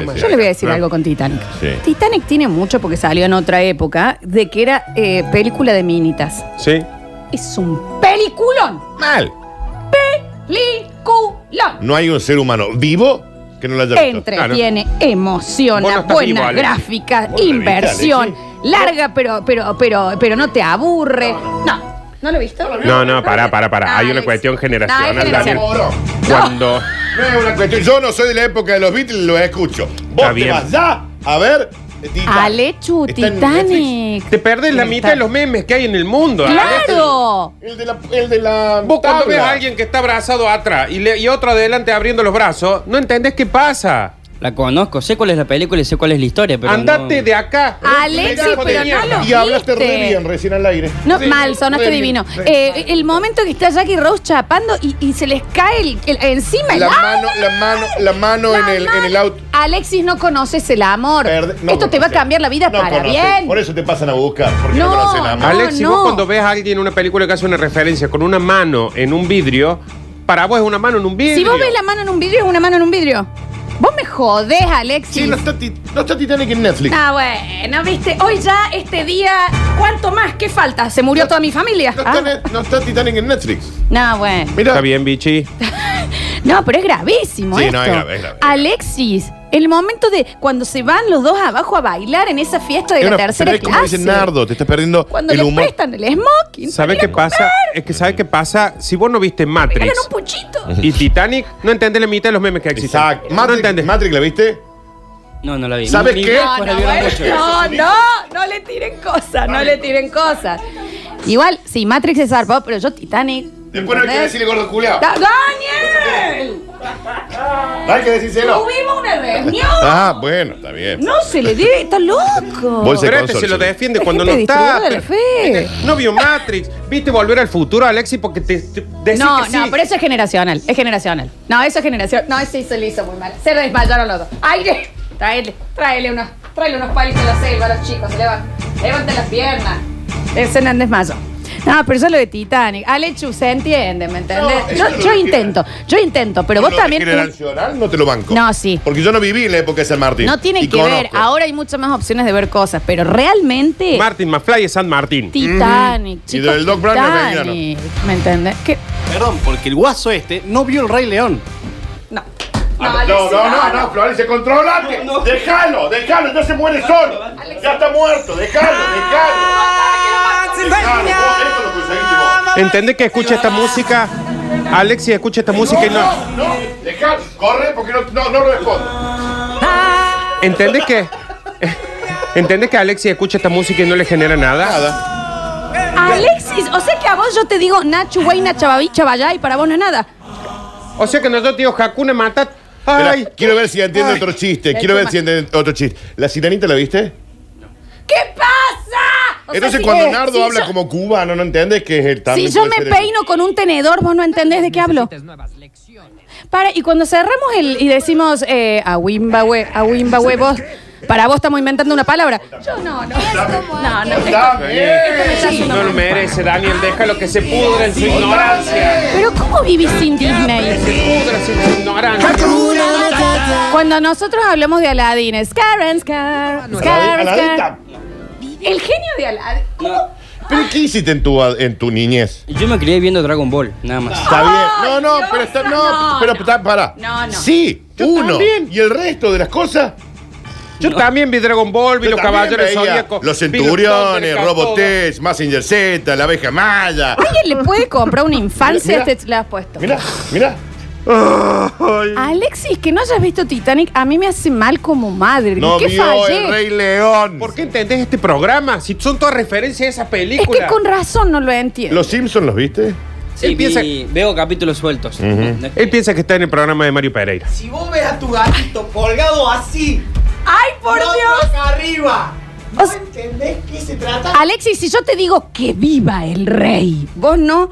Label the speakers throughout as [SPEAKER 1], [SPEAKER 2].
[SPEAKER 1] decir
[SPEAKER 2] Yo le voy a
[SPEAKER 1] acá.
[SPEAKER 2] decir
[SPEAKER 1] Ah.
[SPEAKER 2] algo con Titanic.
[SPEAKER 1] Sí.
[SPEAKER 2] Titanic tiene mucho porque salió en otra época de que era eh, película de minitas.
[SPEAKER 1] Sí.
[SPEAKER 2] Es un peliculón.
[SPEAKER 1] Mal.
[SPEAKER 2] Peliculón.
[SPEAKER 3] Mm,
[SPEAKER 1] No hay un ser humano vivo que no lo haya visto.
[SPEAKER 2] Entretiene,
[SPEAKER 3] Ah,
[SPEAKER 1] Vos no
[SPEAKER 2] emociona,
[SPEAKER 1] estás vivo,
[SPEAKER 2] buena
[SPEAKER 3] eh.
[SPEAKER 1] Alexis.
[SPEAKER 2] gráfica,
[SPEAKER 1] Vos la
[SPEAKER 2] inversión,
[SPEAKER 1] viste,
[SPEAKER 2] larga, pero, pero, pero, pero no te aburre. No. ¿No lo he visto?
[SPEAKER 3] No, no, pará, pará, pará. Hay una
[SPEAKER 2] Alex.
[SPEAKER 3] cuestión generacional,
[SPEAKER 2] No, es generacional.
[SPEAKER 3] Daniel.
[SPEAKER 1] Claro.
[SPEAKER 3] Cuando.
[SPEAKER 1] No es una cuestión. Yo no soy de la época de los Beatles, lo escucho. Vos
[SPEAKER 3] Está
[SPEAKER 1] te
[SPEAKER 3] bien.
[SPEAKER 1] vas ya a ver. eh, Titanic.
[SPEAKER 2] Alechu,
[SPEAKER 1] Está en Netflix.
[SPEAKER 2] Titanic.
[SPEAKER 3] Te perdés la mitad de los memes que hay en el mundo. Alex.
[SPEAKER 2] ¡Claro!
[SPEAKER 1] El de la. El de la
[SPEAKER 3] Vos cuando
[SPEAKER 1] tabla.
[SPEAKER 3] ves a alguien que está abrazado atrás y, le- y otro adelante abriendo los brazos, no entendés qué pasa.
[SPEAKER 4] La conozco, sé cuál es la película y sé cuál es la historia, pero.
[SPEAKER 3] Andate
[SPEAKER 4] no-
[SPEAKER 3] de acá.
[SPEAKER 2] Alexis,
[SPEAKER 3] Hijo de
[SPEAKER 2] pero no
[SPEAKER 3] mierda.
[SPEAKER 2] lo-
[SPEAKER 1] Y hablaste re
[SPEAKER 2] viste.
[SPEAKER 1] bien recién al aire.
[SPEAKER 2] No,
[SPEAKER 1] Sí,
[SPEAKER 2] mal, sonaste
[SPEAKER 1] re
[SPEAKER 2] divino.
[SPEAKER 1] bien, re
[SPEAKER 2] Eh, el momento que está Jackie Rose chapando y, y se les cae el- el- encima el
[SPEAKER 1] La
[SPEAKER 2] auto.
[SPEAKER 1] mano, la mano, la mano en el, en el auto.
[SPEAKER 2] Alexis, no conoces el amor.
[SPEAKER 1] Perde- no
[SPEAKER 2] Esto te va a
[SPEAKER 1] conoces.
[SPEAKER 2] cambiar la vida
[SPEAKER 1] No
[SPEAKER 2] para
[SPEAKER 1] conoces.
[SPEAKER 2] bien.
[SPEAKER 1] Por eso te pasan a buscar, porque no,
[SPEAKER 2] No,
[SPEAKER 1] conocen a
[SPEAKER 2] no.
[SPEAKER 1] más.
[SPEAKER 3] Alexis, vos cuando ves a alguien en una película que hace una referencia con una mano en un vidrio, para vos es una mano en un vidrio.
[SPEAKER 2] Si vos ves la mano en un vidrio, es una mano en un vidrio. Vos me jodés, Alexis.
[SPEAKER 1] Sí, no está, ti- no está Titanic en Netflix.
[SPEAKER 2] Ah, bueno, viste, hoy ya, este día, ¿cuánto más? ¿Qué falta? ¿Se murió toda mi familia?
[SPEAKER 1] No,
[SPEAKER 2] Ah,
[SPEAKER 1] está, net- no está Titanic en Netflix.
[SPEAKER 2] No, bueno.
[SPEAKER 1] Mira.
[SPEAKER 3] Está bien, bichi.
[SPEAKER 2] No, pero es gravísimo
[SPEAKER 1] Sí,
[SPEAKER 2] esto.
[SPEAKER 1] no, es grave, es grave.
[SPEAKER 2] Alexis, el momento de cuando se van los dos abajo a bailar en esa fiesta de
[SPEAKER 1] Es
[SPEAKER 2] la
[SPEAKER 1] una-
[SPEAKER 2] tercera
[SPEAKER 1] pero es como
[SPEAKER 2] clase.
[SPEAKER 1] dice Nardo, te estás perdiendo
[SPEAKER 2] cuando
[SPEAKER 1] el
[SPEAKER 2] le
[SPEAKER 1] humor.
[SPEAKER 2] prestan el smoking.
[SPEAKER 3] ¿Sabés
[SPEAKER 2] para
[SPEAKER 3] qué
[SPEAKER 2] ir a comer,
[SPEAKER 3] pasa? Es que ¿sabés qué pasa? Si vos no viste
[SPEAKER 2] Regalan
[SPEAKER 3] Matrix
[SPEAKER 2] un puchito.
[SPEAKER 3] y Titanic, no entendés la mitad de los memes que existen.
[SPEAKER 1] Exacto.
[SPEAKER 3] No
[SPEAKER 1] Matrix,
[SPEAKER 3] entendés.
[SPEAKER 1] Matrix, ¿la viste?
[SPEAKER 4] No, no la vi.
[SPEAKER 1] ¿Sabes
[SPEAKER 4] Ni-
[SPEAKER 1] qué?
[SPEAKER 4] ni-
[SPEAKER 2] No,
[SPEAKER 4] la
[SPEAKER 2] no,
[SPEAKER 4] vieron
[SPEAKER 2] bueno,
[SPEAKER 4] mucho.
[SPEAKER 2] no, no, no le tiren cosas, no le tiren cosas. Igual, sí, Matrix es zarpado, pero yo Titanic.
[SPEAKER 1] Después no hay que
[SPEAKER 2] ¿entendés?
[SPEAKER 1] decirle gordo culiao.
[SPEAKER 2] ¡Da- ¡Daniel!
[SPEAKER 1] No hay que decírselo.
[SPEAKER 2] Tuvimos una reunión.
[SPEAKER 1] Ah, bueno, está bien.
[SPEAKER 2] No se le dé, está loco.
[SPEAKER 1] Vos
[SPEAKER 3] Pero este
[SPEAKER 1] Consol,
[SPEAKER 3] se lo
[SPEAKER 1] sí.
[SPEAKER 3] defiende
[SPEAKER 2] La
[SPEAKER 3] cuando no
[SPEAKER 2] gente
[SPEAKER 3] está.
[SPEAKER 2] distribuidora Este de la fe.
[SPEAKER 3] Viste, No vio Matrix. Viste volver al futuro, Alexis, porque te, te decís
[SPEAKER 2] No,
[SPEAKER 3] que sí.
[SPEAKER 2] no, pero eso es generacional. Es generacional. No, eso es generación. No, eso se lo hizo muy mal. Se desmayaron los dos. Aire. Tráele, tráele unos, tráele unos palitos a la selva a los chicos. Levanten, levanten las piernas. Ese no es desmayo. No, pero eso es lo de Titanic. Alechu, se entiende, ¿me entendés?
[SPEAKER 1] No, eso
[SPEAKER 2] yo
[SPEAKER 1] es lo
[SPEAKER 2] yo
[SPEAKER 1] de
[SPEAKER 2] intento, yo intento, pero vos
[SPEAKER 1] Lo de
[SPEAKER 2] también.
[SPEAKER 1] generacional no te lo banco.
[SPEAKER 2] No, sí.
[SPEAKER 1] Porque yo no viví en la época de San Martín.
[SPEAKER 2] No tienen
[SPEAKER 1] Y
[SPEAKER 2] que ver.
[SPEAKER 1] conozco.
[SPEAKER 2] Ahora hay muchas más opciones de ver cosas, pero realmente.
[SPEAKER 3] Martin McFly es San Martín.
[SPEAKER 2] Titanic,
[SPEAKER 1] Y
[SPEAKER 2] chicos,
[SPEAKER 1] del Doc Brown es
[SPEAKER 2] Titanic, ¿Me entendés? ¿Qué?
[SPEAKER 5] Perdón, porque el guaso este no vio el Rey León.
[SPEAKER 2] No.
[SPEAKER 1] Ah,
[SPEAKER 2] Alexis,
[SPEAKER 1] No, no, no, no, Florencia, controlate. Déjalo, déjalo, ya se muere solo. Ya está muerto, déjalo, déjalo.
[SPEAKER 2] Ah,
[SPEAKER 1] Déjalo, vos, esto lo conseguiste vos.
[SPEAKER 3] ¿Entendés que escucha esta música? Alexis escucha esta música y no.
[SPEAKER 1] No, no, déjalo, corre porque no, no, no respondo.
[SPEAKER 3] ¿Entendés que? ¿Entendés que Alexis escucha esta música y no le genera nada?
[SPEAKER 1] Nada.
[SPEAKER 2] Alexis, o sea que a vos yo te digo Nacho, güey, Nachabaví, Chabayá y para vos no es nada.
[SPEAKER 3] O sea que nosotros digo Hakuna Matat. Ay,
[SPEAKER 1] Espera, quiero ver si entiende
[SPEAKER 3] Ay.
[SPEAKER 1] otro chiste,
[SPEAKER 2] Ay,
[SPEAKER 1] quiero ver
[SPEAKER 2] toma.
[SPEAKER 1] si entiende otro chiste. ¿La sirenita la viste?
[SPEAKER 2] ¿Qué pasa? O sea,
[SPEAKER 1] Entonces
[SPEAKER 2] si-
[SPEAKER 1] cuando
[SPEAKER 2] eh,
[SPEAKER 1] Nardo
[SPEAKER 2] si
[SPEAKER 1] habla
[SPEAKER 2] yo-
[SPEAKER 1] como cubano, ¿no entiendes que es el también
[SPEAKER 2] Si yo
[SPEAKER 1] puede
[SPEAKER 2] me
[SPEAKER 1] ser el-
[SPEAKER 2] peino con un tenedor, vos no entendés de qué hablo. Para, y cuando cerramos el y decimos eh, a Wimbabue, a Wimbabue, vos, para vos estamos inventando una palabra. Yo no, no. No, no.
[SPEAKER 1] Está bien.
[SPEAKER 3] no lo merece, Daniel. Déjalo que se pudra en su ignorancia.
[SPEAKER 2] Pero ¿cómo vivís sin Disney?
[SPEAKER 3] Se pudra en su ignorancia.
[SPEAKER 2] Cuando nosotros hablamos de Aladdin, Scar and Scar, Scar and
[SPEAKER 1] Aladdin
[SPEAKER 2] Scar.
[SPEAKER 1] está-
[SPEAKER 2] El genio de Aladdin. ¿Cómo?
[SPEAKER 1] ¿Pero qué hiciste en tu, en tu niñez?
[SPEAKER 4] Yo me crié viendo Dragon Ball, nada más.
[SPEAKER 1] Está
[SPEAKER 2] Ay,
[SPEAKER 1] bien. No, no,
[SPEAKER 2] Dios,
[SPEAKER 1] pero está. No,
[SPEAKER 2] no,
[SPEAKER 1] pero
[SPEAKER 2] no.
[SPEAKER 1] está- pará.
[SPEAKER 2] No, no.
[SPEAKER 1] Sí, uno.
[SPEAKER 3] también.
[SPEAKER 1] Y el resto de las cosas.
[SPEAKER 3] Yo también vi Dragon Ball, vi
[SPEAKER 1] yo
[SPEAKER 3] los
[SPEAKER 1] también
[SPEAKER 3] caballeros
[SPEAKER 1] veía
[SPEAKER 3] zodíacos.
[SPEAKER 1] Los
[SPEAKER 3] vi los
[SPEAKER 1] centuriones,
[SPEAKER 3] Thundercats, todo.
[SPEAKER 1] Robotech, Massinger Z, la abeja maya.
[SPEAKER 2] ¿Alguien le puede comprar una infancia?
[SPEAKER 1] Mira, mira.
[SPEAKER 2] Te la has puesto.
[SPEAKER 1] Mirá, mirá.
[SPEAKER 2] Alexis, que no hayas visto Titanic, a mí me hace mal como madre.
[SPEAKER 1] No
[SPEAKER 2] ¿Qué
[SPEAKER 1] vio
[SPEAKER 2] fallé?
[SPEAKER 1] el Rey León.
[SPEAKER 3] ¿Por qué entendés este programa? Si son todas referencias a esa
[SPEAKER 2] Es
[SPEAKER 3] película.
[SPEAKER 2] que con razón no lo entiendo.
[SPEAKER 1] ¿Los Simpsons los viste?
[SPEAKER 4] Sí,
[SPEAKER 3] Él piensa-
[SPEAKER 4] vi- veo capítulos sueltos. No es que-
[SPEAKER 3] Él piensa que está en el programa de Mario Pereira.
[SPEAKER 6] Si vos ves a tu gatito colgado así,
[SPEAKER 2] ¡Ay, por
[SPEAKER 6] no
[SPEAKER 2] Dios!
[SPEAKER 6] acá arriba,
[SPEAKER 2] O
[SPEAKER 6] ¿no
[SPEAKER 2] sea-
[SPEAKER 6] entendés qué se trata?
[SPEAKER 2] Alexis, si yo te digo que viva el rey, vos no.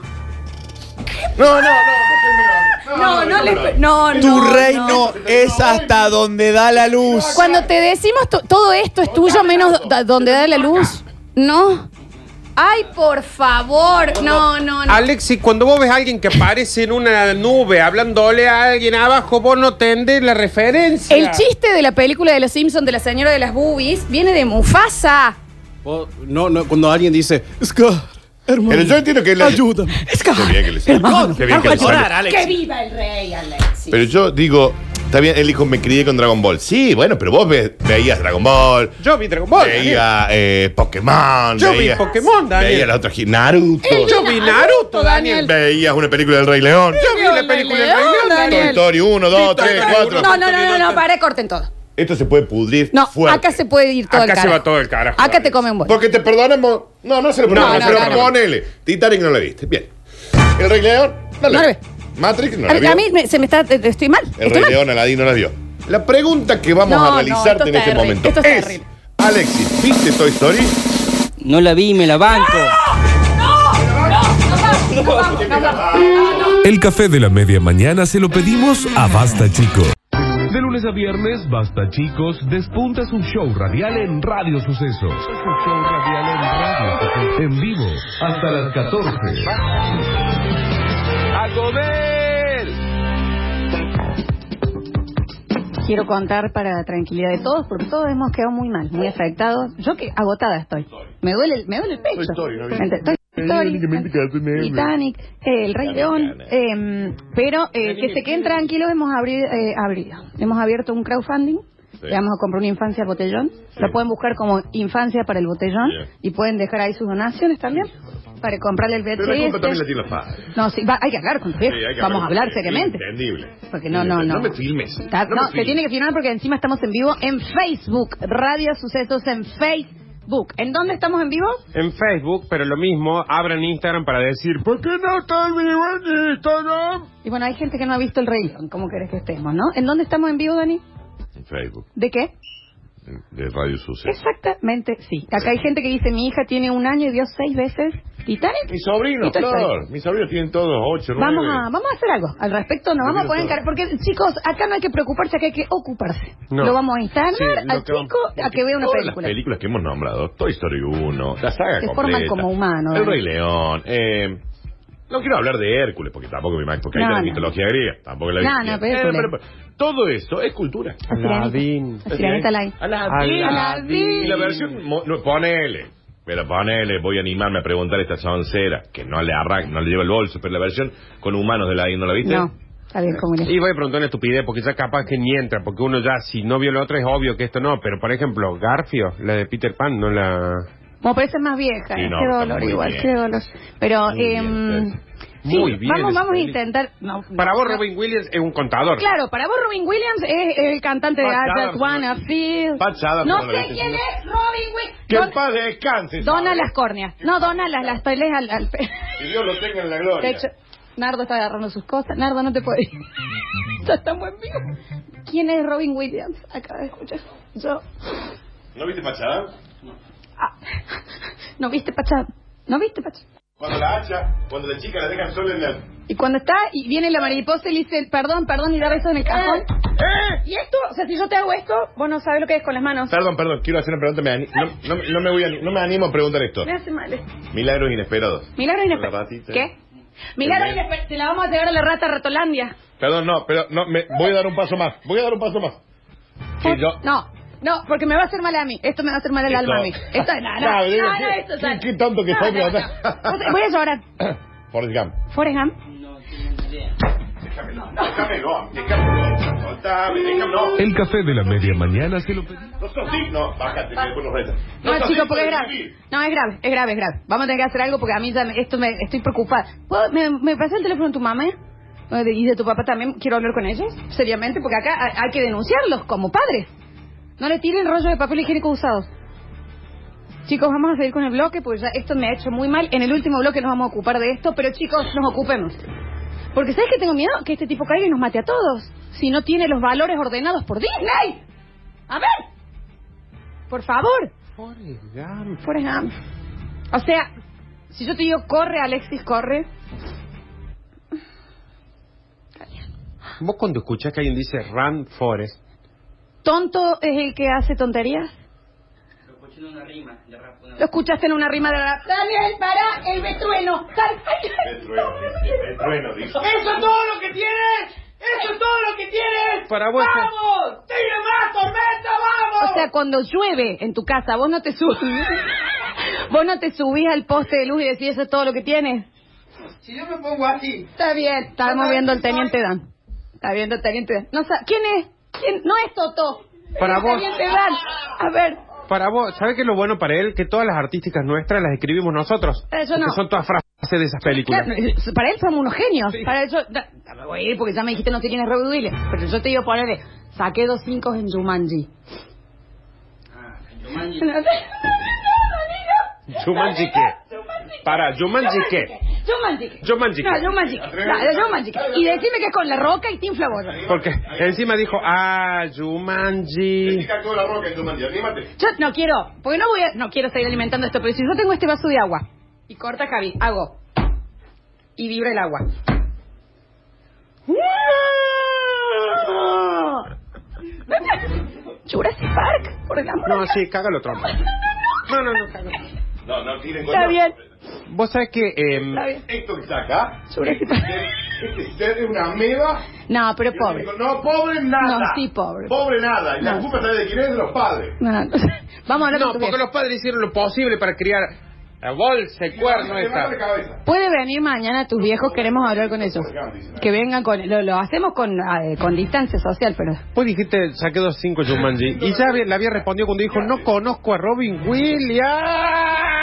[SPEAKER 1] No, no, no.
[SPEAKER 2] No, no le. No, no.
[SPEAKER 5] Tu
[SPEAKER 2] no.
[SPEAKER 5] reino es hasta donde da la luz.
[SPEAKER 2] Cuando te decimos to- todo esto es tuyo menos do- donde da la luz, ¿no? Ay, por favor. No, no, no.
[SPEAKER 3] Alexi, cuando vos ves a alguien que aparece en una nube hablándole a alguien abajo, vos no tendés la referencia.
[SPEAKER 2] El chiste de la película de los Simpsons de la señora de las boobies viene de Mufasa.
[SPEAKER 5] Vos- No, no, cuando alguien dice, Scar, hermano.
[SPEAKER 1] Pero yo entiendo que la-
[SPEAKER 5] Ayúdame.
[SPEAKER 1] Qué bien que le sale. Qué bien que le sale.
[SPEAKER 2] ¡Que viva el rey, Alexis!
[SPEAKER 1] Pero yo digo, está bien, él dijo, me crié con Dragon Ball. Sí, bueno, pero vos ve- veías Dragon Ball,
[SPEAKER 3] Yo vi Dragon Ball. Daniel.
[SPEAKER 1] veía eh, Pokémon,
[SPEAKER 3] Yo vi
[SPEAKER 1] veía,
[SPEAKER 3] Pokémon, Daniel.
[SPEAKER 1] veía la otra Naruto,
[SPEAKER 3] Yo vi Naruto, Daniel.
[SPEAKER 1] veías una película del Rey León,
[SPEAKER 3] Yo vi la película de Daniel.
[SPEAKER 1] Toy
[SPEAKER 2] Daniel.
[SPEAKER 1] Story 1, 2, 3,
[SPEAKER 2] No,
[SPEAKER 1] 4.
[SPEAKER 2] no, no, no, no, para, corten todo.
[SPEAKER 1] Esto se puede pudrir
[SPEAKER 2] No,
[SPEAKER 1] fuerte.
[SPEAKER 2] acá se puede ir todo
[SPEAKER 3] Acá
[SPEAKER 2] el
[SPEAKER 3] se
[SPEAKER 2] carajo.
[SPEAKER 3] va todo el carajo,
[SPEAKER 2] Acá te
[SPEAKER 3] Daniel.
[SPEAKER 2] comen vos.
[SPEAKER 1] Porque te perdonamos. No, no se lo perdonamos,
[SPEAKER 2] No, no,
[SPEAKER 1] pero
[SPEAKER 2] no, no.
[SPEAKER 1] ponele. Titanic no la viste. Bien. El Rey León, no la
[SPEAKER 2] No la
[SPEAKER 1] viste. Matrix no
[SPEAKER 2] A,
[SPEAKER 1] la vio.
[SPEAKER 2] a mí me- se me está, eh, estoy mal.
[SPEAKER 1] El
[SPEAKER 2] estoy
[SPEAKER 1] Rey
[SPEAKER 2] mal.
[SPEAKER 1] León, Aladín no la vio. La pregunta que vamos
[SPEAKER 2] No,
[SPEAKER 1] a
[SPEAKER 2] no,
[SPEAKER 1] realizarte
[SPEAKER 2] esto
[SPEAKER 1] en
[SPEAKER 2] está
[SPEAKER 1] este
[SPEAKER 2] terrible,
[SPEAKER 1] momento
[SPEAKER 2] esto está
[SPEAKER 1] es.
[SPEAKER 2] terrible.
[SPEAKER 1] Alexis, ¿viste Toy Story?
[SPEAKER 4] No la vi, me la banco.
[SPEAKER 2] No, no, no, no, no, no.
[SPEAKER 7] El café de la media mañana se lo pedimos a Basta Chicos. De lunes a viernes, Basta Chicos despunta su show radial en Radio Sucesos. Su show radial en Radio Sucesos. En vivo, hasta las 14. ¡A comer!
[SPEAKER 8] Quiero contar para tranquilidad de todos, porque todos hemos quedado muy mal, muy afectados. Yo que agotada estoy. Me duele, el- me duele el pecho.
[SPEAKER 1] Story, ¿no?
[SPEAKER 8] ¿Me entiendes? Toy Story, Titanic, eh, El Rey León. eh, pero eh, que se queden tranquilos, hemos abri- eh, abrido. Hemos abierto un crowdfunding.
[SPEAKER 1] Sí.
[SPEAKER 8] Le vamos a comprar una infancia al botellón. La pueden buscar como infancia para el botellón.
[SPEAKER 1] Bien.
[SPEAKER 8] Y pueden dejar ahí sus donaciones también. Para comprarle el
[SPEAKER 1] Pero la culpa también la
[SPEAKER 8] VHS.
[SPEAKER 1] tiene los padres.
[SPEAKER 8] No, sí, va- hay que hablar con los
[SPEAKER 1] Sí,
[SPEAKER 8] viejos.
[SPEAKER 1] hay que
[SPEAKER 8] Vamos a hablar
[SPEAKER 1] sí,
[SPEAKER 8] seriamente.
[SPEAKER 1] Entendible.
[SPEAKER 8] Porque no, no, no.
[SPEAKER 1] No me filmes.
[SPEAKER 8] Está-
[SPEAKER 1] No me
[SPEAKER 8] no, te
[SPEAKER 1] filmes.
[SPEAKER 8] tiene que firmar porque encima estamos en vivo en Facebook. Radio Sucesos en Facebook. ¿En dónde estamos en vivo?
[SPEAKER 3] En Facebook, pero lo mismo, abran Instagram para decir, ¿por qué no está en mi Instagram?
[SPEAKER 8] Y bueno, hay gente que no ha visto el Rey León, como querés que estemos, ¿no? ¿En dónde estamos en vivo, Dani?
[SPEAKER 1] En Facebook,
[SPEAKER 8] ¿De qué?
[SPEAKER 1] en- de Radio Suceso.
[SPEAKER 8] Exactamente, sí. Acá hay gente que dice, mi hija tiene un año y vio seis veces Titanic.
[SPEAKER 1] Mis sobrinos,
[SPEAKER 8] Y Toy Story.
[SPEAKER 1] Flor. Mis sobrinos tienen todos ocho, nueve.
[SPEAKER 8] Vamos a, vamos a hacer algo al respecto, nos vamos a poner en cara, porque chicos, acá no hay que preocuparse, acá hay que ocuparse.
[SPEAKER 3] No.
[SPEAKER 8] Lo vamos a
[SPEAKER 1] Sí,
[SPEAKER 8] instalar
[SPEAKER 1] lo
[SPEAKER 8] al
[SPEAKER 1] que vamos-
[SPEAKER 8] chico a que vea una
[SPEAKER 1] todas
[SPEAKER 8] película.
[SPEAKER 1] Las películas que hemos nombrado, Toy Story 1, la saga
[SPEAKER 8] Se
[SPEAKER 1] completa.
[SPEAKER 8] forman como humanos,
[SPEAKER 1] El
[SPEAKER 8] ¿eh?
[SPEAKER 1] Rey León. Eh, no quiero hablar de Hércules, porque tampoco me imagino, porque
[SPEAKER 8] No,
[SPEAKER 1] hay de la
[SPEAKER 8] no.
[SPEAKER 1] mitología griega. Tampoco la
[SPEAKER 8] No,
[SPEAKER 1] vi.
[SPEAKER 8] no, pero Hércules.
[SPEAKER 1] todo eso es cultura.
[SPEAKER 8] La sirenita.
[SPEAKER 3] Aladdin.
[SPEAKER 8] La sirenita Live.
[SPEAKER 1] Aladdin.
[SPEAKER 8] Aladdin.
[SPEAKER 1] Y la versión, mo- no, ponele. Pero ponele, voy a animarme a preguntar a esta soncera, que no le arranca, no le lleva el bolso, pero la versión con humanos de la ¿no la viste?
[SPEAKER 8] No, está bien, como le-
[SPEAKER 3] Y voy a preguntar una estupidez porque ya capaz que ni entra, porque uno ya, si no vio la otra, es obvio que esto no. Pero, por ejemplo, Garfio, la de Peter Pan, no la...
[SPEAKER 8] Como parece más vieja,
[SPEAKER 1] Sí,
[SPEAKER 8] ¿eh?
[SPEAKER 1] no,
[SPEAKER 8] qué
[SPEAKER 1] está
[SPEAKER 8] dolor
[SPEAKER 1] muy
[SPEAKER 8] igual,
[SPEAKER 1] bien.
[SPEAKER 8] qué dolor. Pero,
[SPEAKER 1] Muy bien,
[SPEAKER 8] em,
[SPEAKER 1] Ceci.
[SPEAKER 8] sí,
[SPEAKER 3] Muy bien
[SPEAKER 8] vamos,
[SPEAKER 3] esa
[SPEAKER 8] vamos a
[SPEAKER 3] película.
[SPEAKER 8] intentar... no,
[SPEAKER 3] Para vos,
[SPEAKER 8] no.
[SPEAKER 3] Robin Williams es un contador.
[SPEAKER 8] Claro, para vos Robin Williams es el cantante de
[SPEAKER 1] Pat
[SPEAKER 8] I Just
[SPEAKER 1] Adams,
[SPEAKER 8] Wanna Feel.
[SPEAKER 1] Pat Adams,
[SPEAKER 8] no
[SPEAKER 1] no lo
[SPEAKER 8] sé
[SPEAKER 1] viste,
[SPEAKER 8] quién
[SPEAKER 1] ¿no?
[SPEAKER 8] es Robin Williams.
[SPEAKER 1] Que
[SPEAKER 8] Don-
[SPEAKER 1] en paz descanse.
[SPEAKER 8] dona
[SPEAKER 1] ¿sabes?
[SPEAKER 8] las córneas. No, dona las, las peles al, al pe-
[SPEAKER 1] Que Dios lo tenga en la gloria.
[SPEAKER 8] De hecho, Nardo está agarrando sus cosas. Nardo, no te puede ir. Ya estamos en vivo. ¿Quién es Robin Williams? Acaba de escuchar. Yo...
[SPEAKER 1] ¿No viste Pachadán?
[SPEAKER 8] Ah. ¿No viste Pachá? ¿No viste Pachá?
[SPEAKER 1] Cuando la hacha, cuando la chica la dejan sola en la...
[SPEAKER 8] Y cuando está y viene la mariposa y le dice, perdón, perdón, y da besos en el
[SPEAKER 1] ¡Eh!
[SPEAKER 8] cajón. Y esto, o sea, si yo te hago esto, vos no sabes lo que es con las manos.
[SPEAKER 1] Perdón, perdón, quiero hacer una pregunta. me ani- no, no- no me voy a, no me animo a preguntar esto.
[SPEAKER 8] Me hace mal. esto.
[SPEAKER 1] Milagros inesperados.
[SPEAKER 8] Milagro
[SPEAKER 1] La
[SPEAKER 8] inesperado.
[SPEAKER 1] ratita.
[SPEAKER 8] ¿Qué? Milagro
[SPEAKER 1] Bien.
[SPEAKER 8] inesperado. Te la vamos a llevar a la rata Ratolandia.
[SPEAKER 1] Perdón, no, pero no, me, voy a dar un paso más. Voy a dar un paso más. Sí, yo-
[SPEAKER 8] No, no, porque me va a hacer mal a mí. Esto me va a hacer mal al
[SPEAKER 1] Esto-
[SPEAKER 8] alma a mí. Esto es nada.
[SPEAKER 1] No,
[SPEAKER 8] No,
[SPEAKER 1] digo,
[SPEAKER 8] no, no,
[SPEAKER 1] ¿qué-
[SPEAKER 8] esto es
[SPEAKER 1] qué-
[SPEAKER 8] nada.
[SPEAKER 1] qué tonto que
[SPEAKER 8] No,
[SPEAKER 1] soy,
[SPEAKER 8] no,
[SPEAKER 1] pero-
[SPEAKER 8] no. O sea, Voy a llorar.
[SPEAKER 1] Forrest Gump.
[SPEAKER 8] Forrest Gump.
[SPEAKER 1] Déjamelo, déjamelo, déjamelo. Soltame, déjamelo.
[SPEAKER 7] El café de la media mañana se lo pedimos.
[SPEAKER 1] No sos digno. Bájate, que después nos retan.
[SPEAKER 8] No,
[SPEAKER 1] sos
[SPEAKER 8] chicos,
[SPEAKER 1] digno
[SPEAKER 8] porque es
[SPEAKER 1] de
[SPEAKER 8] grave.
[SPEAKER 1] vivir.
[SPEAKER 8] No, es grave, es grave, es grave. Vamos a tener que hacer algo porque a mí ya me- esto me estoy preocupada. ¿Puedo- ¿Me, me pasa el teléfono de tu mamá? ¿O de- ¿Y de tu papá también? Quiero hablar con ellos, seriamente, porque acá ha- hay que denunciarlos como padres. No le tiren rollos de papel higiénico usados. Chicos, vamos a seguir con el bloque porque ya esto me ha hecho muy mal. En el último bloque nos vamos a ocupar de esto, pero chicos, nos ocupemos. Porque ¿sabes que tengo miedo? Que este tipo caiga y nos mate a todos. Si no tiene los valores ordenados por Disney. A ver. Por favor. Por ejemplo. O sea, si yo te digo corre, Alexis, corre.
[SPEAKER 3] Vos cuando escuchás que alguien dice Run Forest,
[SPEAKER 8] ¿Tonto es el que hace tonterías?
[SPEAKER 4] escuché en una rima de rap. una-
[SPEAKER 2] Lo escuchaste en una rima de la... Daniel, para el betrueno. Sal- Ay, ay.
[SPEAKER 1] El trueno, dice, el trueno, dice.
[SPEAKER 6] ¡Eso es todo lo que tienes! ¡Eso es todo lo que tienes!
[SPEAKER 3] Para vos,
[SPEAKER 6] ¡Vamos! ¡Tire más, tormenta, vamos!
[SPEAKER 2] O sea, cuando llueve en tu casa, vos no te subís. Vos no te subís al poste de luz y decís, eso es todo lo que tienes.
[SPEAKER 6] si yo me pongo así,
[SPEAKER 2] Está bien, estamos viendo el teniente Dan. Está viendo el teniente Dan. No sa- ¿Quién es? ¿Quién? No es Toto.
[SPEAKER 3] Para
[SPEAKER 2] Es
[SPEAKER 3] vos.
[SPEAKER 2] Teniente Dan. A ver. eh,
[SPEAKER 3] Para vos, ¿sabes qué es lo bueno para él? Que todas las artísticas nuestras las escribimos nosotros.
[SPEAKER 2] Eh, yo
[SPEAKER 3] Porque
[SPEAKER 2] no.
[SPEAKER 3] son todas frases de esas películas.
[SPEAKER 2] Claro, eh, para él somos unos genios.
[SPEAKER 3] Sí.
[SPEAKER 2] Para eso, da- da- me voy a ir porque ya me dijiste no sé quién es Raúl Duile, Pero yo te iba a ponerle, saqué dos cinco en Jumanji.
[SPEAKER 4] Ah, Yumanji.
[SPEAKER 3] Jumanji qué? Para, Jumanji qué?
[SPEAKER 2] Jumanji qué.
[SPEAKER 3] Jumanji qué.
[SPEAKER 2] No, Jumanji qué. No, Jumanji qué. Y decime que es con La Roca y Tim Flaborga.
[SPEAKER 3] Porque encima dijo, ah, Jumanji.
[SPEAKER 1] Critica actúa la roca en tu mano, anímate.
[SPEAKER 2] Yo no quiero, porque no voy a, no quiero seguir alimentando esto, pero si yo tengo este vaso de agua y corta Javi, hago y vibra el agua. Jurassic Park, por el amor.
[SPEAKER 3] No, sí, cágalo, trompa. No, no, no, cágalo.
[SPEAKER 1] No, no tiren con
[SPEAKER 2] Está bien,
[SPEAKER 3] Vos sabés que... em,
[SPEAKER 2] está bien.
[SPEAKER 1] Esto que está acá,
[SPEAKER 2] Jurassic Park.
[SPEAKER 1] este ser es una ameba.
[SPEAKER 2] No, pero
[SPEAKER 1] Yo
[SPEAKER 2] pobre.
[SPEAKER 1] digo, No, pobre nada.
[SPEAKER 2] No, sí, pobre.
[SPEAKER 1] Pobre nada. Y la
[SPEAKER 2] No.
[SPEAKER 1] culpa sabe de quién es, de los padres.
[SPEAKER 2] No, no. Vamos a hablar
[SPEAKER 3] No,
[SPEAKER 2] con tu viejo.
[SPEAKER 3] porque los padres hicieron lo posible para criar a bolsa, cuerno,
[SPEAKER 1] Levanta la
[SPEAKER 3] esta.
[SPEAKER 1] cabeza.
[SPEAKER 2] Puede venir mañana tus viejos, queremos hablar con ellos. Que vengan con, lo, lo hacemos con, eh, con distancia social, pero
[SPEAKER 3] Vos dijiste, saqué dos cinco Jumanji. Y ya había- le había respondido cuando dijo, no conozco a Robin Williams.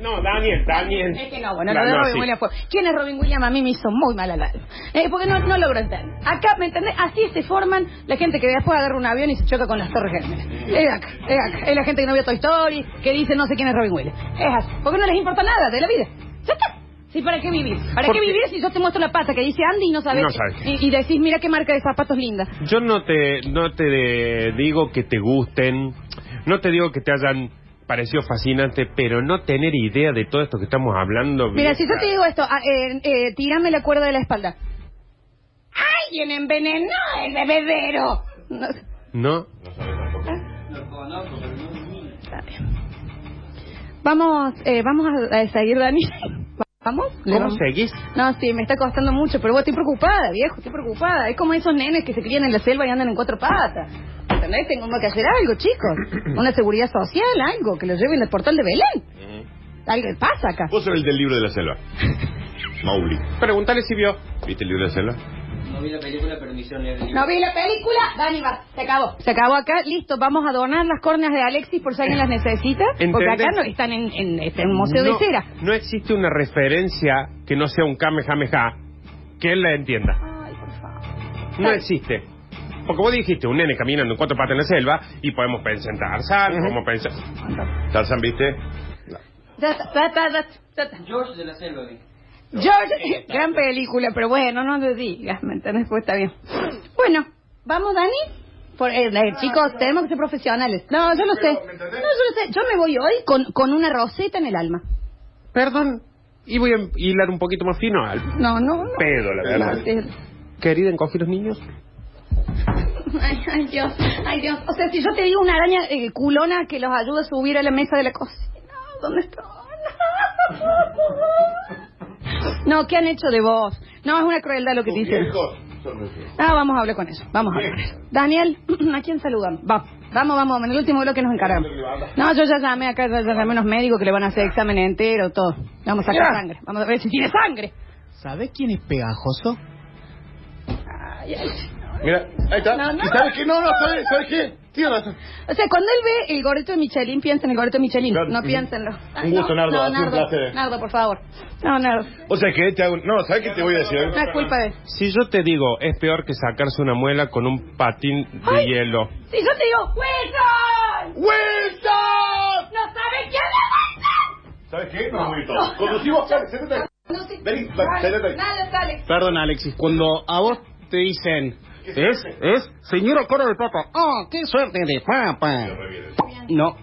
[SPEAKER 3] No, Daniel, Daniel.
[SPEAKER 2] Es que no, bueno, lo
[SPEAKER 3] Claro,
[SPEAKER 2] de
[SPEAKER 3] no,
[SPEAKER 2] Robin
[SPEAKER 3] sí.
[SPEAKER 2] Williams fue. ¿Quién es Robin Williams? A mí me hizo muy mal al alma. Eh, porque no, no logro entender. Acá, ¿me entendés? Así se forman la gente que después agarra un avión y se choca con las Torres Gemelas. Es acá, es acá. Es la gente que no vio Toy Story, que dice no sé quién es Robin Williams. Es así. Porque no les importa nada de la vida. Ya está. Sí, ¿para qué vivir? ¿Para qué
[SPEAKER 3] Porque-
[SPEAKER 2] vivir si yo te muestro la pata que dice Andy y no sabes?
[SPEAKER 3] No sabes.
[SPEAKER 2] Y, y decís, mira qué marca de zapatos linda.
[SPEAKER 3] Yo no te, no te digo que te gusten, no te digo que te hayan parecido fascinante, pero no tener idea de todo esto que estamos hablando.
[SPEAKER 2] Mira, si yo
[SPEAKER 3] vieja.
[SPEAKER 2] te digo esto, ah, eh, eh, tírame la cuerda de la espalda. ¡Alguien envenenó el bebedero! No sé.
[SPEAKER 3] No,
[SPEAKER 4] Lo conozco, pero no es mío.
[SPEAKER 2] Está bien. Vamos, eh, vamos a, a seguir, Dani. ¿Vamos? Le
[SPEAKER 3] ¿cómo
[SPEAKER 2] vamos.
[SPEAKER 3] seguís?
[SPEAKER 2] No, sí, me está costando mucho, pero vos estoy preocupada, viejo, estoy preocupada. Es como esos nenes que se crían en la selva y andan en cuatro patas. ¿Entendés? Tengo que hacer algo, chicos. Una seguridad social, algo, que lo lleven al portal de Belén. Algo pasa acá.
[SPEAKER 1] Vos sos el del libro de la selva. Mauli.
[SPEAKER 3] Pregúntale si vio.
[SPEAKER 1] ¿Viste el libro de la selva?
[SPEAKER 4] No vi la película, pero me hicieron leer el libro.
[SPEAKER 2] No vi la película, Dani va, se acabó. Se acabó acá, listo, vamos a donar las córneas de Alexis por si alguien las necesita, porque acá
[SPEAKER 3] ¿Entendés?
[SPEAKER 2] no están en, en, este museo
[SPEAKER 3] no,
[SPEAKER 2] de cera.
[SPEAKER 3] No existe una referencia que no sea un kamehameha que él la entienda.
[SPEAKER 2] Ay, por favor.
[SPEAKER 3] No existe. Porque vos dijiste, un nene caminando en cuatro patas en la selva y podemos pensar en Tarzán, podemos pensar...
[SPEAKER 1] Tarzan, ¿viste?
[SPEAKER 2] Ya está, ya está, ya está, ya está.
[SPEAKER 4] George de la Selva, vi.
[SPEAKER 2] George, gran película, pero bueno, no lo digas, ¿me entendés? Pues está bien. Bueno, vamos, Dani. Por, eh, eh, chicos, tenemos que ser profesionales. No, yo lo sé.
[SPEAKER 1] Ah,
[SPEAKER 2] No,
[SPEAKER 1] Pero, ¿me
[SPEAKER 2] yo
[SPEAKER 1] entendés?
[SPEAKER 2] lo sé. Yo me voy hoy con, con una roseta en el alma.
[SPEAKER 3] Perdón, y voy a hilar un poquito más fino al
[SPEAKER 2] No, no, no.
[SPEAKER 3] pedo, la verdad.
[SPEAKER 2] Pero-
[SPEAKER 3] Querida, encoge los niños.
[SPEAKER 2] Ay, ay, Dios, ay, Dios. O sea, si yo te digo una araña eh, culona que los ayude a subir a la mesa de la cocina, ¿dónde está? No, ¿qué han hecho de vos? No, es una crueldad lo que te dicen.
[SPEAKER 1] Viejos son nuestros.
[SPEAKER 2] Ah, vamos a hablar con eso. Vamos a hablar con eso. Daniel, ¿a quién saludan? Va, vamos, vamos, en el último bloque nos encargamos. No, yo ya llamé acá, ya llamé a unos médicos que le van a hacer examen entero, todo. Vamos a sacar sangre, vamos a ver si tiene sangre.
[SPEAKER 6] ¿Sabes quién es pegajoso?
[SPEAKER 2] Ay, ay.
[SPEAKER 1] Mira, ahí está.
[SPEAKER 2] No, no.
[SPEAKER 1] ¿Y sabes qué? No, no, ¿sabes, ¿sabes qué? Tiene razón.
[SPEAKER 2] O sea, cuando él ve el gorrito de Michelin, piensa en el gorrito de Michelin.
[SPEAKER 1] Claro.
[SPEAKER 2] No piensa en los...
[SPEAKER 1] Un gusto,
[SPEAKER 2] no,
[SPEAKER 1] Nardo, ha
[SPEAKER 2] No,
[SPEAKER 1] sido un
[SPEAKER 2] Nardo,
[SPEAKER 1] placer.
[SPEAKER 2] Nardo, por favor. No, Nardo.
[SPEAKER 1] O sea que te hago... No, ¿sabes qué te voy a decir?
[SPEAKER 2] No es culpa de...
[SPEAKER 3] Si yo te digo, es peor que sacarse una muela con un patín de
[SPEAKER 2] ¡Ay!
[SPEAKER 3] hielo.
[SPEAKER 2] Si yo te digo, ¡Wilson!
[SPEAKER 1] ¡Wilson!
[SPEAKER 2] ¡No sabes quién es
[SPEAKER 1] ¿Sabes qué? No, Wilson. Conducimos, Charlie, siéntate.
[SPEAKER 2] Wilson! No sé...
[SPEAKER 1] Vení, va, siéntate. ahí.
[SPEAKER 2] Nada sale.
[SPEAKER 5] Perdón, Alexis, cuando a vos te dicen... Es, es, señora coro de papa. ¡Oh, qué suerte de papa! No,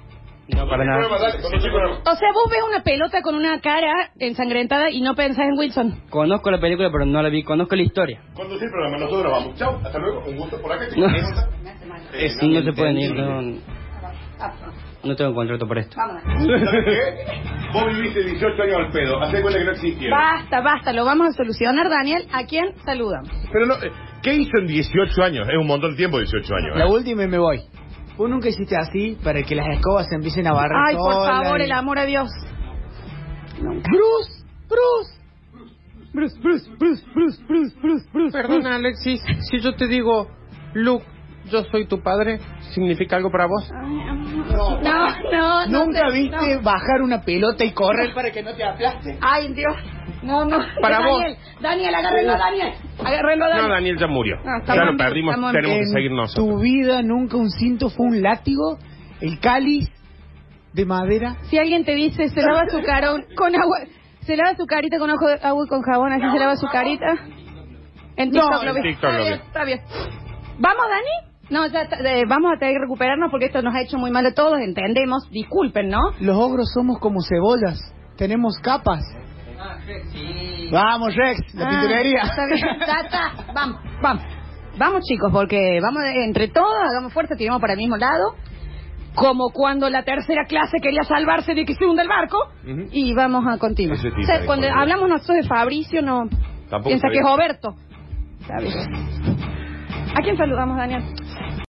[SPEAKER 5] no, para nada.
[SPEAKER 1] Prueba, dale, conducí, prueba.
[SPEAKER 2] O sea, vos ves una pelota con una cara ensangrentada y no pensás en Wilson.
[SPEAKER 4] Conozco la película, pero no la vi. Conozco la historia.
[SPEAKER 1] Conducir el programa, nosotros nos vamos. Chao, hasta luego, un gusto por acá.
[SPEAKER 4] No.
[SPEAKER 1] chicos.
[SPEAKER 4] Es- no se pueden ir, no.
[SPEAKER 2] Ah, no.
[SPEAKER 4] No tengo contrato por esto.
[SPEAKER 2] Vámonos.
[SPEAKER 1] ¿Sabes qué? Vos viviste 18 años al pedo. Hacé cuenta que no existieron.
[SPEAKER 2] Basta, basta, lo vamos a solucionar, Daniel. ¿A quién saludamos?
[SPEAKER 1] Pero no, eh, ¿qué hizo en 18 años? Es un montón de tiempo 18 años.
[SPEAKER 9] La
[SPEAKER 1] ¿eh?
[SPEAKER 9] última y me voy. Vos nunca hiciste así para que las escobas se empiecen a barrer
[SPEAKER 2] Ay, por
[SPEAKER 9] solas
[SPEAKER 2] favor,
[SPEAKER 9] y-
[SPEAKER 2] el amor a Dios.
[SPEAKER 9] Bruce, Bruce. Bruce, Bruce, Bruce, Bruce, Bruce, Bruce, Bruce.
[SPEAKER 3] Perdona, Alexis, si yo te digo, Luke, yo soy tu padre, ¿significa algo para vos?
[SPEAKER 2] No, no, no.
[SPEAKER 9] Nunca
[SPEAKER 2] te-
[SPEAKER 9] viste
[SPEAKER 2] no.
[SPEAKER 9] bajar una pelota y correr para que no te aplaste.
[SPEAKER 2] Ay, Dios. No, no.
[SPEAKER 3] Para vos.
[SPEAKER 2] Daniel, Daniel, agárrenlo, Daniel. Agárrenlo,
[SPEAKER 10] No,
[SPEAKER 2] Daniel.
[SPEAKER 10] Daniel ya murió.
[SPEAKER 2] No, está
[SPEAKER 10] ya
[SPEAKER 2] bien,
[SPEAKER 10] lo perdimos,
[SPEAKER 2] estamos
[SPEAKER 10] tenemos que
[SPEAKER 9] En
[SPEAKER 10] seguir nosotros.
[SPEAKER 9] tu vida nunca un cinto fue un látigo, el cáliz de madera.
[SPEAKER 2] Si alguien te dice, se lava su carón con agua, se lava su carita con ojo- agua y con jabón, así se lava su carita. En TikTok
[SPEAKER 10] No,
[SPEAKER 2] lo
[SPEAKER 10] en
[SPEAKER 2] vi.
[SPEAKER 10] TikTok
[SPEAKER 2] está,
[SPEAKER 10] lo
[SPEAKER 2] bien,
[SPEAKER 10] vi.
[SPEAKER 2] está bien. ¿Vamos, Dani? No, ya está- eh, vamos a tener que recuperarnos porque esto nos ha hecho muy mal a todos, entendemos, disculpen, ¿no?
[SPEAKER 9] Los ogros somos como cebollas, tenemos capas. Vamos, Rex, la
[SPEAKER 2] Ah,
[SPEAKER 9] pinturería.
[SPEAKER 2] Está bien, está, está. Vamos, vamos. Vamos, chicos, porque vamos eh, entre todos, hagamos fuerza, tiremos para el mismo lado. Como cuando la tercera clase quería salvarse de que se hunda el barco. Y vamos a continuar.
[SPEAKER 1] Ese tipo
[SPEAKER 2] O sea,
[SPEAKER 1] de
[SPEAKER 2] cuando
[SPEAKER 1] cosas.
[SPEAKER 2] hablamos nosotros de Fabricio, no.
[SPEAKER 1] Tampoco
[SPEAKER 2] piensa
[SPEAKER 1] sabía.
[SPEAKER 2] que es Roberto. Está bien. ¿A quién saludamos, Daniel?